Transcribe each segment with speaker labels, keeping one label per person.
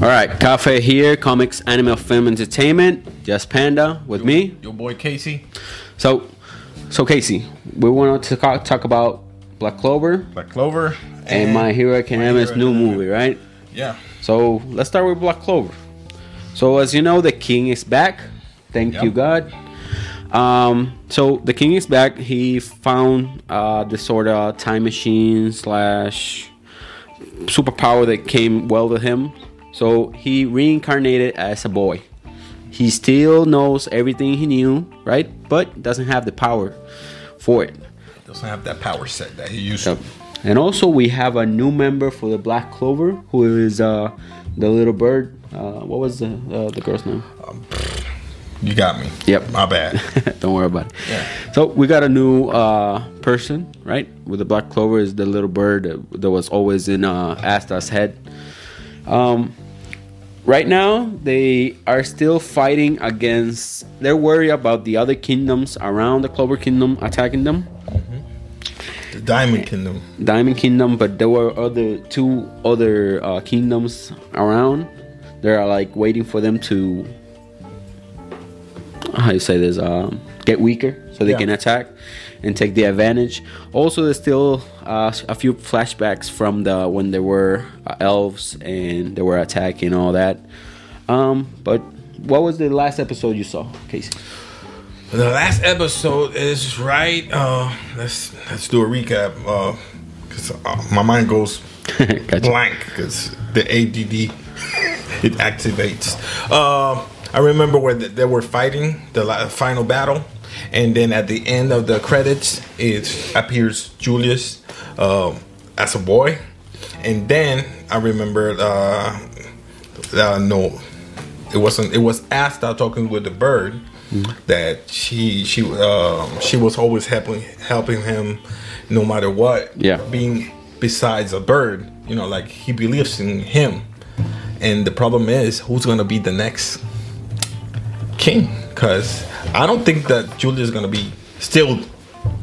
Speaker 1: All right, Cafe here, comics, anime, film, entertainment. Just Panda with me.
Speaker 2: Your boy Casey.
Speaker 1: So, so Casey, we want to talk, talk about Black Clover
Speaker 2: Black Clover.
Speaker 1: and My Hero Academia's
Speaker 2: Hero
Speaker 1: new
Speaker 2: Academia.
Speaker 1: movie, right?
Speaker 2: Yeah.
Speaker 1: So let's start with Black Clover. So as you know, the king is back. Thank
Speaker 2: Yep.
Speaker 1: you, God. Um, so the king is back. He found uh, the sort of time machine slash superpower that came well to him. So he reincarnated as a boy. He still knows everything he knew, right? But doesn't have the power for it.
Speaker 2: Doesn't have that power set that he used
Speaker 1: Yep.
Speaker 2: to.
Speaker 1: And also, we have a new member for the Black Clover, who is uh, the little bird. Uh, what was the uh, the girl's name?
Speaker 2: You got me.
Speaker 1: Yep.
Speaker 2: My bad.
Speaker 1: Don't worry about it.
Speaker 2: Yeah.
Speaker 1: So we got a new uh, person, right? With the Black Clover is the little bird that, that was always in uh, Asta's head. Um, right now, they are still fighting against. They're worried about the other kingdoms around the Clover Kingdom attacking them.
Speaker 2: the Diamond Kingdom.
Speaker 1: Diamond Kingdom, but there were other two other uh, kingdoms around. They are like waiting for them to how you say this um, get weaker so they
Speaker 2: Yeah.
Speaker 1: can attack and take the advantage. Also, there's still uh, a few flashbacks from the when there were uh, elves and they were attacking all that. Um, but what was the last episode you saw, Casey?
Speaker 2: The last episode is right. Uh, let's let's do a recap. Uh, cause uh, my mind goes
Speaker 1: gotcha.
Speaker 2: blank because the ADD it activates. Um, I remember where th- they were fighting the la- final battle, and then at the end of the credits, it appears Julius um as a boy, and then I remember uh, uh, no, it wasn't. It was Asta talking with the bird that she she um she was always helping helping him no matter what.
Speaker 1: Yeah.
Speaker 2: being besides a bird, you know, like he believes in him. And the problem is, who's gonna be the next king? Because I don't think that Julius is gonna be still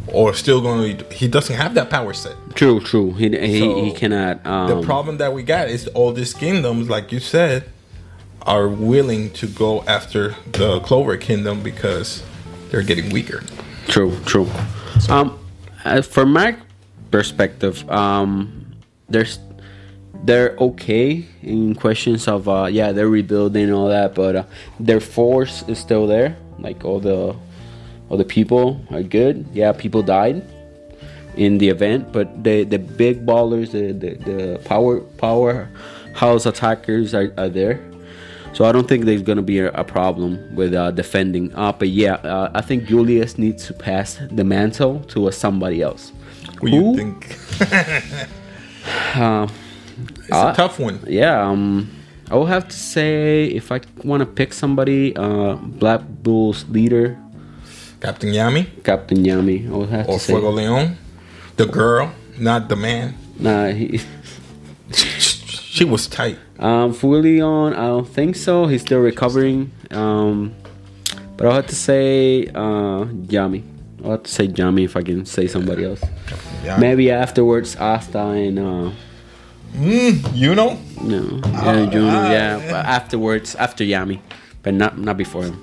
Speaker 2: or still gonna. Be, he doesn't have that power set.
Speaker 1: True, true. He he, he
Speaker 2: So,
Speaker 1: cannot. Um,
Speaker 2: The problem that we got is all these kingdoms, like you said, are willing to go after the Clover Kingdom because they're getting weaker.
Speaker 1: True, true. Um, uh, from my perspective, um, there's they're okay in questions of uh, yeah, they're rebuilding and all that, but uh, their force is still there. Like all the all the people are good. Yeah, people died in the event, but the the big ballers, the the, the power power house attackers are, are there. So I don't think there's gonna be a, a problem with uh, defending. Uh, but yeah, uh, I think Julius needs to pass the mantle to uh, somebody else.
Speaker 2: What do you
Speaker 1: Who? Uh,
Speaker 2: think? it's a tough one.
Speaker 1: Yeah, um, I will have to say if I want to pick somebody, uh, Black Bull's leader,
Speaker 2: Captain Yami
Speaker 1: Captain Yami. I will have
Speaker 2: or
Speaker 1: to say.
Speaker 2: Fuego Leon, the girl, not the man.
Speaker 1: Nah, he,
Speaker 2: She was tight.
Speaker 1: um, Fulion. I don't think so. He's still recovering. Um, but I'll have to say uh, Yami. I'll have to say Yami if I can say somebody else.
Speaker 2: Yeah.
Speaker 1: Maybe afterwards, Asta and uh,
Speaker 2: Mm, you know,
Speaker 1: no, yeah, Juno, yeah.
Speaker 2: ah, yeah.
Speaker 1: But afterwards, after Yami, but not not before him.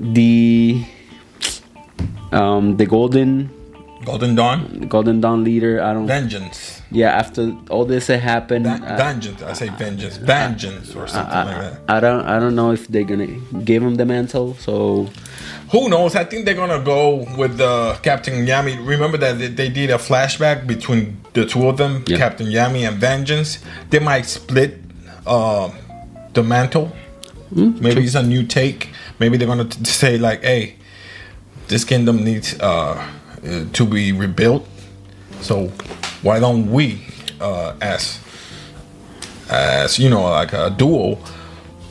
Speaker 1: The um the golden
Speaker 2: Golden Dawn,
Speaker 1: golden dawn leader. I don't.
Speaker 2: Vengeance,
Speaker 1: yeah, after all this had happened,
Speaker 2: Ven-
Speaker 1: I-
Speaker 2: Vengeance. I say Vengeance, Vengeance, or something like that.
Speaker 1: I don't I don't know if they're gonna give him the mantle. So
Speaker 2: Who knows? I think they're gonna go with uh, Captain Yami. Remember that they- they did a flashback between the two of them,
Speaker 1: Yeah.
Speaker 2: Captain Yami and Vengeance. They might split uh, the mantle. Maybe it's a new take. Maybe they're gonna t- say like, "Hey, this kingdom needs uh, uh, to be rebuilt. So why don't we, uh, as as you know, like a duo,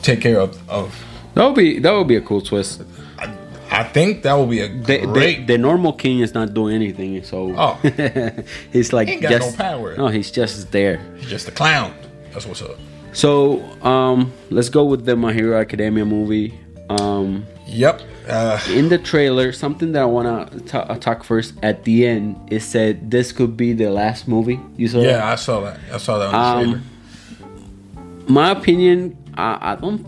Speaker 2: take care of of."
Speaker 1: that would be that would be a cool twist.
Speaker 2: I, I think that would be a
Speaker 1: The,
Speaker 2: great.
Speaker 1: the, the normal king is not doing anything, so
Speaker 2: Oh.
Speaker 1: he's like
Speaker 2: Ain't got no
Speaker 1: just
Speaker 2: power.
Speaker 1: no, he's just there.
Speaker 2: He's just a clown. That's what's up.
Speaker 1: So um, let's go with the My Hero Academia movie. Um,
Speaker 2: Yep. Uh,
Speaker 1: in the trailer, something that I want to talk first at the end, it said this could be the last movie. You saw?
Speaker 2: yeah, I saw that. I saw that on the
Speaker 1: Um,
Speaker 2: trailer.
Speaker 1: That? my opinion, I, I don't,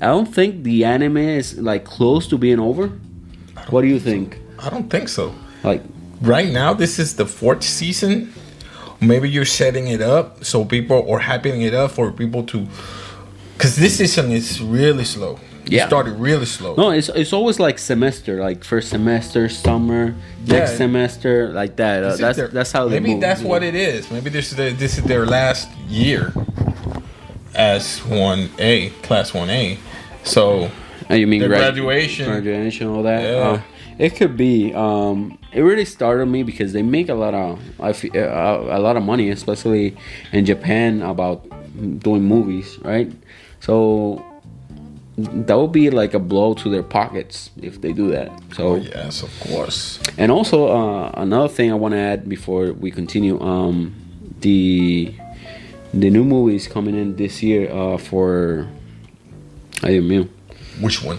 Speaker 1: I don't think the anime is like close to being over. What do you think?
Speaker 2: I don't think so.
Speaker 1: Like,
Speaker 2: Right now, this is the fourth season. Maybe you're setting it up so people or hyping it up for people to, because this season is really slow.
Speaker 1: Yeah.
Speaker 2: it started really slow.
Speaker 1: no, it's it's always like semester, like first semester, summer, next
Speaker 2: Yeah.
Speaker 1: semester, like that. Uh,
Speaker 2: This is
Speaker 1: that's
Speaker 2: their-
Speaker 1: that's how they
Speaker 2: Maybe
Speaker 1: move,
Speaker 2: that's
Speaker 1: you
Speaker 2: what
Speaker 1: know.
Speaker 2: it is. Maybe this is their, this is their last year as one A class one A. So
Speaker 1: Oh, you mean
Speaker 2: The
Speaker 1: gradu-
Speaker 2: graduation.
Speaker 1: graduation, all that.
Speaker 2: Yeah.
Speaker 1: Uh, it could be. Um, it really startled me because they make a lot of I fe- uh, a lot of money, especially in Japan, about doing movies, right? So that would be like a blow to their pockets if they do that. So
Speaker 2: yes, of course.
Speaker 1: and also uh, another thing I want to add before we continue, um, the the new movie is coming in this year uh, for I am you
Speaker 2: Which one?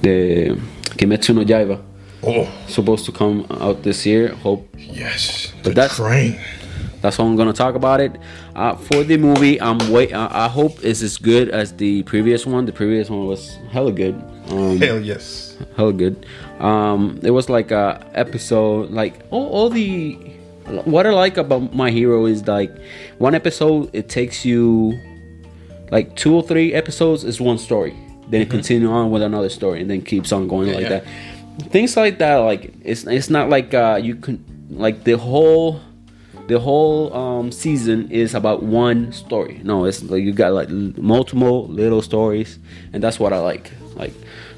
Speaker 1: the Kimetsu no Yaiba
Speaker 2: Oh
Speaker 1: supposed to come out this year. Hope
Speaker 2: yes,
Speaker 1: But
Speaker 2: the
Speaker 1: that's-
Speaker 2: train.
Speaker 1: that's all I'm gonna talk about it. Uh, for the movie, I'm wait. Uh, I hope it's as good as the previous one. The previous one was hella good. Um,
Speaker 2: Hell yes.
Speaker 1: hella good. Um, it was like a episode, like all, all the. What I like about My Hero is like one episode, it takes you like two or three episodes is one story. Then it continue on with another story, and then keeps on going like
Speaker 2: Mm-hmm. yeah.
Speaker 1: that. Things like that, like it's it's not like uh, you can like the whole the whole um, season is about one story. No, it's like you got like l- multiple little stories, and that's what I like. Like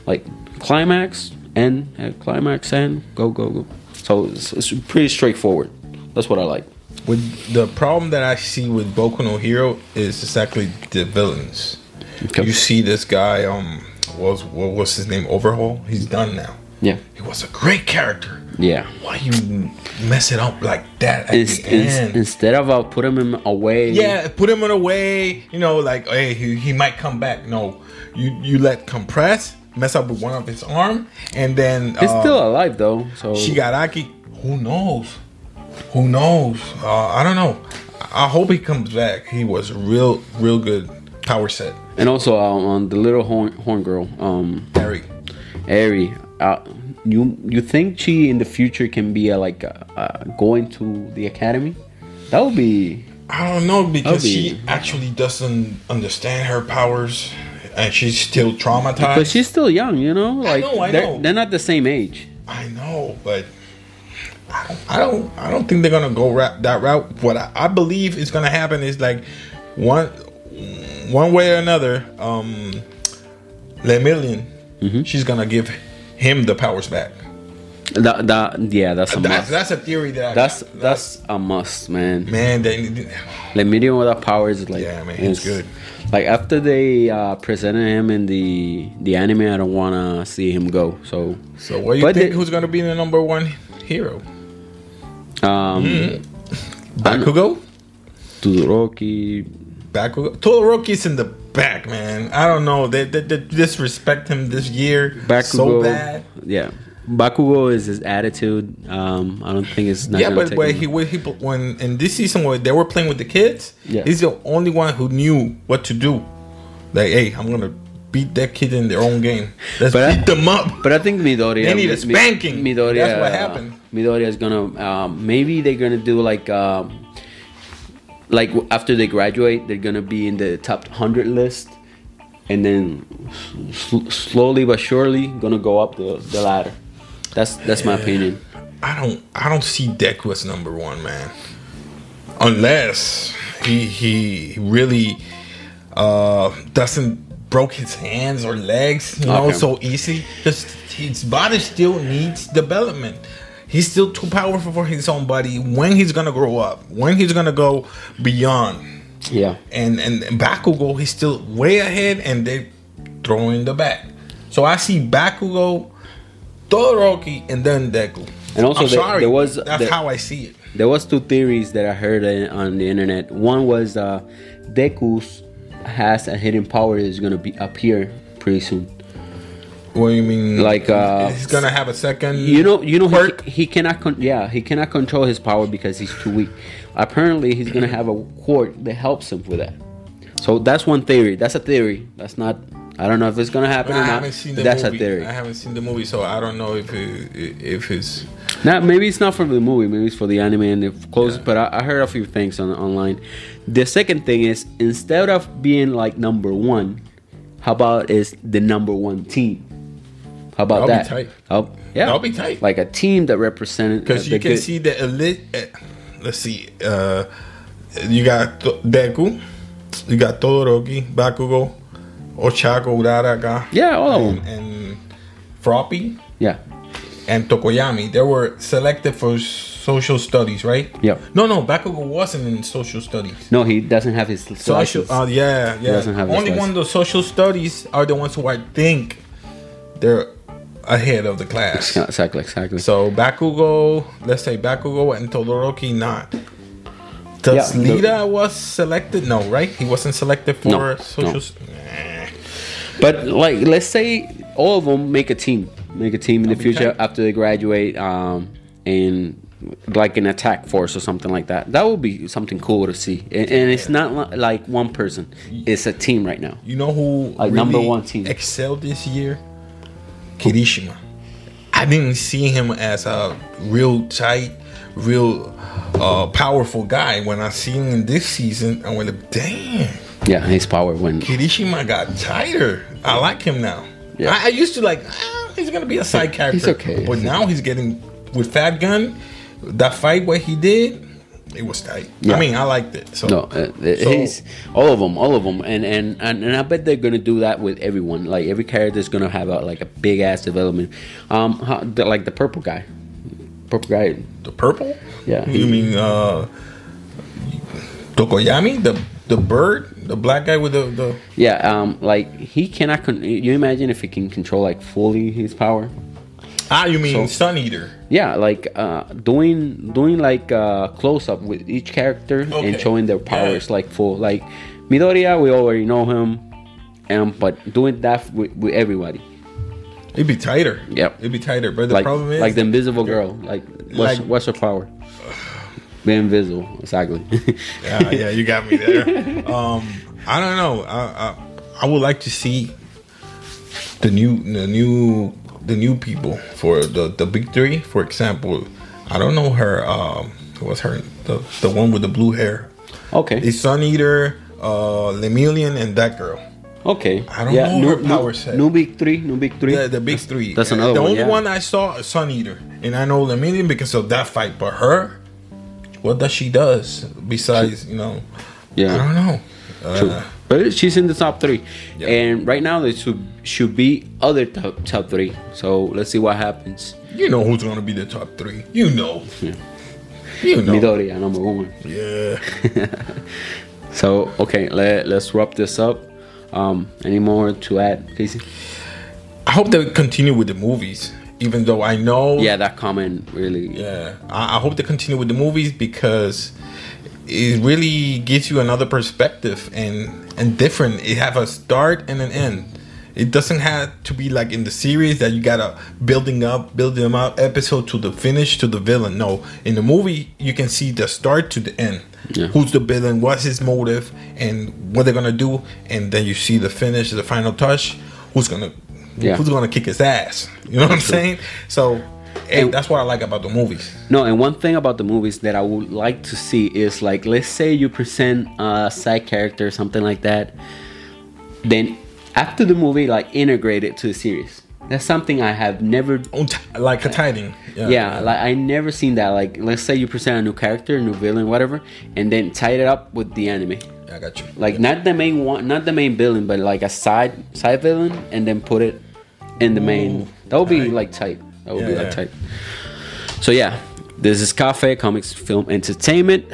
Speaker 1: like climax and climax and go go go. So it's, it's pretty straightforward. That's what I like.
Speaker 2: With the problem that I see with Boku no Hero is exactly the villains.
Speaker 1: Okay.
Speaker 2: You see this guy, um, what was what was his name? Overhaul. He's done now.
Speaker 1: Yeah,
Speaker 2: He was a great character.
Speaker 1: yeah.
Speaker 2: Why you mess it up like that at
Speaker 1: Ins-
Speaker 2: the
Speaker 1: ins-
Speaker 2: end?
Speaker 1: instead of uh, putting him away.
Speaker 2: yeah, put him in a way. You know, like hey, he, he might come back. No, you you let compress mess up with one of his arm, and then
Speaker 1: He's
Speaker 2: um,
Speaker 1: still alive though, so
Speaker 2: Shigaraki, who knows? Who knows? Uh, I don't know. I I hope he comes back. He was real, real good power set.
Speaker 1: and also uh, on the little horn, horn girl, um,
Speaker 2: Harry.
Speaker 1: Eri. Uh, you you think she in the future can be uh, like uh, uh, going to the academy? That would be
Speaker 2: I don't know because
Speaker 1: Obi.
Speaker 2: she actually doesn't understand her powers, and she's still traumatized.
Speaker 1: but she's still young, you know. Like
Speaker 2: know, Uh, I
Speaker 1: they're,
Speaker 2: know.
Speaker 1: they're not the same age.
Speaker 2: I know, but I don't, I don't, I don't think they're gonna go ra- that route. What I, I believe is gonna happen is like one, one way or another, um, Lemillion,
Speaker 1: Mm-hmm.
Speaker 2: she's gonna give him the powers back.
Speaker 1: That, that yeah, that's a
Speaker 2: That's
Speaker 1: must.
Speaker 2: that's a theory that I
Speaker 1: That's
Speaker 2: got.
Speaker 1: that's a must, man.
Speaker 2: man. They,
Speaker 1: Like medium without powers is like
Speaker 2: Yeah, man, he's
Speaker 1: is-
Speaker 2: good.
Speaker 1: Like after they uh, presented him in the the anime, I don't wanna see him go. So
Speaker 2: so what do you
Speaker 1: But
Speaker 2: think?
Speaker 1: the-
Speaker 2: who's gonna be the number one hero?
Speaker 1: um,
Speaker 2: Mm-hmm. Bakugo.
Speaker 1: Todoroki,
Speaker 2: Bakugo. Todoroki's in the back, man. I don't know. They, they, they disrespect him this year
Speaker 1: Bakugo,
Speaker 2: so bad.
Speaker 1: yeah. Bakugo is his attitude. Um, I don't think it's not.
Speaker 2: Yeah,
Speaker 1: gonna
Speaker 2: but
Speaker 1: take
Speaker 2: when
Speaker 1: him.
Speaker 2: he, when he when in this season when they were playing with the kids,
Speaker 1: Yeah.
Speaker 2: he's the only one who knew what to do. Like, hey, I'm gonna beat that kid in their own game. Let's
Speaker 1: But I-
Speaker 2: beat them up.
Speaker 1: But I think Midoriya.
Speaker 2: They need a
Speaker 1: Mi-
Speaker 2: spanking.
Speaker 1: Midoriya.
Speaker 2: That's what
Speaker 1: uh,
Speaker 2: happened.
Speaker 1: Midoriya is gonna. Um, maybe they're gonna do like. Um, like w- after they graduate, they're gonna be in the top hundred list, and then sl- slowly but surely gonna go up the, the ladder. That's that's my opinion.
Speaker 2: I don't I don't see Deku as number one, man. Unless he he really uh doesn't broke his hands or legs, you know,
Speaker 1: Okay.
Speaker 2: so easy. Just his body still needs development. He's still too powerful for his own body. When he's gonna grow up, when he's gonna go beyond,
Speaker 1: Yeah.
Speaker 2: and and, and Bakugo, he's still way ahead, and they throw in the back. So I see Bakugo, Todoroki, and then Deku.
Speaker 1: And also
Speaker 2: I'm
Speaker 1: there- there was-
Speaker 2: that's
Speaker 1: there-
Speaker 2: how I see it.
Speaker 1: There was two theories that I heard in- on the internet. One was uh, Deku's has a hidden power that is gonna be appear pretty soon.
Speaker 2: What do you mean?
Speaker 1: Like, uh,
Speaker 2: he's gonna have a second.
Speaker 1: You know, you know,
Speaker 2: Quirk?
Speaker 1: he, he cannot. Con- yeah, he cannot control his power because he's too weak. Apparently, he's gonna have a quirk that helps him with that. So that's one theory. That's a theory. That's not. I don't know if it's gonna happen
Speaker 2: I
Speaker 1: or
Speaker 2: haven't
Speaker 1: not.
Speaker 2: seen the
Speaker 1: but that's
Speaker 2: movie.
Speaker 1: a theory.
Speaker 2: I haven't seen the movie, so I don't know if it, if it's
Speaker 1: Now, maybe it's not for the movie. Maybe it's for the anime and the clothes. But I, I heard a few things on online. The second thing is instead of being like number one, how about is the number one team? How about
Speaker 2: That'll be
Speaker 1: that?
Speaker 2: tight.
Speaker 1: How- yeah,
Speaker 2: That'll be tight.
Speaker 1: Like a team that represented
Speaker 2: because
Speaker 1: uh,
Speaker 2: you
Speaker 1: the
Speaker 2: can
Speaker 1: good-
Speaker 2: see the elite. Uh, let's see. Uh, you got Th- Deku, you got Todoroki, Bakugo, Ochako, Uraraka.
Speaker 1: Yeah, all of
Speaker 2: and, and Froppy
Speaker 1: Yeah,
Speaker 2: and Tokoyami. They were selected for social studies, right?
Speaker 1: Yeah.
Speaker 2: No, no, Bakugo wasn't in social studies.
Speaker 1: no, he doesn't have his
Speaker 2: Social,
Speaker 1: license.
Speaker 2: uh, yeah, yeah.
Speaker 1: doesn't have his
Speaker 2: Only one
Speaker 1: license.
Speaker 2: of the social studies are the ones who I think they're ahead of the class.
Speaker 1: Yeah, exactly, exactly.
Speaker 2: So Bakugo, let's say Bakugo and Todoroki not. Does
Speaker 1: Yeah, the-
Speaker 2: Lita was selected? No, right? He wasn't selected for
Speaker 1: No,
Speaker 2: social.
Speaker 1: no.
Speaker 2: s- Nah.
Speaker 1: But like, let's say all of them make a team, make a team in the future
Speaker 2: tight.
Speaker 1: after they graduate, um, and like an attack force or something like that. That would be something cool to see. And, and it's not li- like one person; it's a team right now.
Speaker 2: You know who
Speaker 1: Like, number one team.
Speaker 2: excelled this year? Kirishima. I didn't see him as a real tight, real uh, powerful guy when I seen him this season. I went, like, damn,
Speaker 1: Yeah, his power when
Speaker 2: Kirishima got tighter. I like him now.
Speaker 1: Yeah.
Speaker 2: I, I used to like ah, he's gonna be a side character,
Speaker 1: okay.
Speaker 2: but now he's getting with Fat Gun. That fight what he did, it was tight.
Speaker 1: Yeah.
Speaker 2: I mean, I liked it. So
Speaker 1: no, uh,
Speaker 2: So-
Speaker 1: he's all of them, all of them, and and, and and I bet they're gonna do that with everyone. Like every character's gonna have a, like a big ass development. Um, how, the, like the purple guy, purple guy.
Speaker 2: The purple?
Speaker 1: Yeah.
Speaker 2: You mean uh Tokoyami? The the bird? The black guy with the, the
Speaker 1: Yeah, um, like he cannot. Con- you imagine if he can control like fully his power.
Speaker 2: Ah you mean
Speaker 1: So-
Speaker 2: Sun Eater.
Speaker 1: Yeah, like uh, doing doing like uh, close up with each character
Speaker 2: Okay.
Speaker 1: and showing their
Speaker 2: Yeah.
Speaker 1: powers like full. Like Midoriya, we already know him, um, but doing that with, with everybody.
Speaker 2: It'd be tighter.
Speaker 1: Yep.
Speaker 2: It'd be tighter. But the
Speaker 1: like
Speaker 2: problem is
Speaker 1: like the Invisible Girl. Like what's
Speaker 2: Like-
Speaker 1: what's her power? Be invisible, exactly.
Speaker 2: Ah, yeah, yeah, you got me there. Um I don't know. I, I I would like to see the new the new the new people for the the big three. For example, I don't know her um what's her the the one with the blue hair.
Speaker 1: okay,
Speaker 2: It's Sun Eater, uh Lemillion and that girl.
Speaker 1: okay.
Speaker 2: I don't know her power set.
Speaker 1: New Big Three, New Big Three.
Speaker 2: The, the big three.
Speaker 1: that's
Speaker 2: Uh,
Speaker 1: another
Speaker 2: The
Speaker 1: one,
Speaker 2: only
Speaker 1: yeah.
Speaker 2: one I saw is Sun Eater, and I know Lemillion because of that fight. But her, what does she does besides you know?
Speaker 1: Yeah.
Speaker 2: I don't know.
Speaker 1: True.
Speaker 2: Uh,
Speaker 1: but she's in the top three,
Speaker 2: Yeah.
Speaker 1: and right now there should should be other top top three. So let's see what happens.
Speaker 2: you know who's gonna be the top three? You know. You know.
Speaker 1: Midoriya number one.
Speaker 2: Yeah.
Speaker 1: So okay, let let's wrap this up. Um, any more to add, Casey?
Speaker 2: I hope they continue with the movies, even though I know.
Speaker 1: Yeah, that comment really.
Speaker 2: Yeah, I, I hope they continue with the movies because it really gives you another perspective and and different. It have a start and an end. It doesn't have to be like in the series that you gotta building up, building them up, episode to the finish to the villain. No, in the movie you can see the start to the end.
Speaker 1: Yeah.
Speaker 2: Who's the villain? What's his motive? And what they're gonna do? And then you see the finish, the final touch. Who's gonna?
Speaker 1: Yeah.
Speaker 2: Who's gonna kick his ass? You know what I'm saying? So and that's what I like about the movies.
Speaker 1: No, and one thing about the movies that I would like to see is like, let's say you present a side character or something like that, then after the movie, like integrate it to the series. That's something I have never
Speaker 2: On t- Like a tiding.
Speaker 1: yeah, like I never seen that. Like, let's say you present a new character, new villain, whatever, and then tie it up with the anime.
Speaker 2: I got you.
Speaker 1: Like, not the main one, not the main villain, but like a side side villain, and then put it in the main.
Speaker 2: Ooh,
Speaker 1: That would be
Speaker 2: alright.
Speaker 1: like tight. That would be
Speaker 2: Yeah,
Speaker 1: like
Speaker 2: yeah.
Speaker 1: tight. So yeah, this is Cafe Comics Film Entertainment.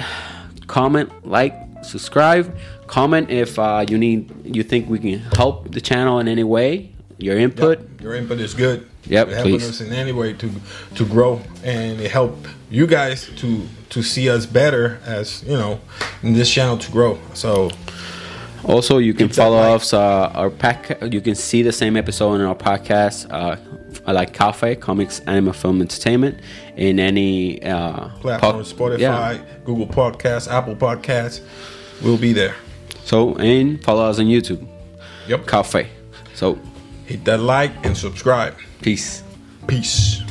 Speaker 1: Comment, like, subscribe. Comment if uh, you need, you think we can help the channel in any way. Your input.
Speaker 2: Your input is good.
Speaker 1: Yep,
Speaker 2: It helping
Speaker 1: please.
Speaker 2: us in any way to to grow and it help you guys to to see us better as you know in this channel to grow. So
Speaker 1: Also, you can
Speaker 2: that
Speaker 1: follow
Speaker 2: like.
Speaker 1: us uh, our pack. You can see the same episode in our podcast, uh, I like Cafe Comics Anime Film Entertainment, in any uh,
Speaker 2: platform
Speaker 1: pod-
Speaker 2: Spotify,
Speaker 1: yeah.
Speaker 2: Google Podcasts, Apple Podcasts, we'll be there.
Speaker 1: So and follow us on YouTube,
Speaker 2: Yep.
Speaker 1: Cafe. So
Speaker 2: Hit that like and subscribe.
Speaker 1: peace.
Speaker 2: Peace.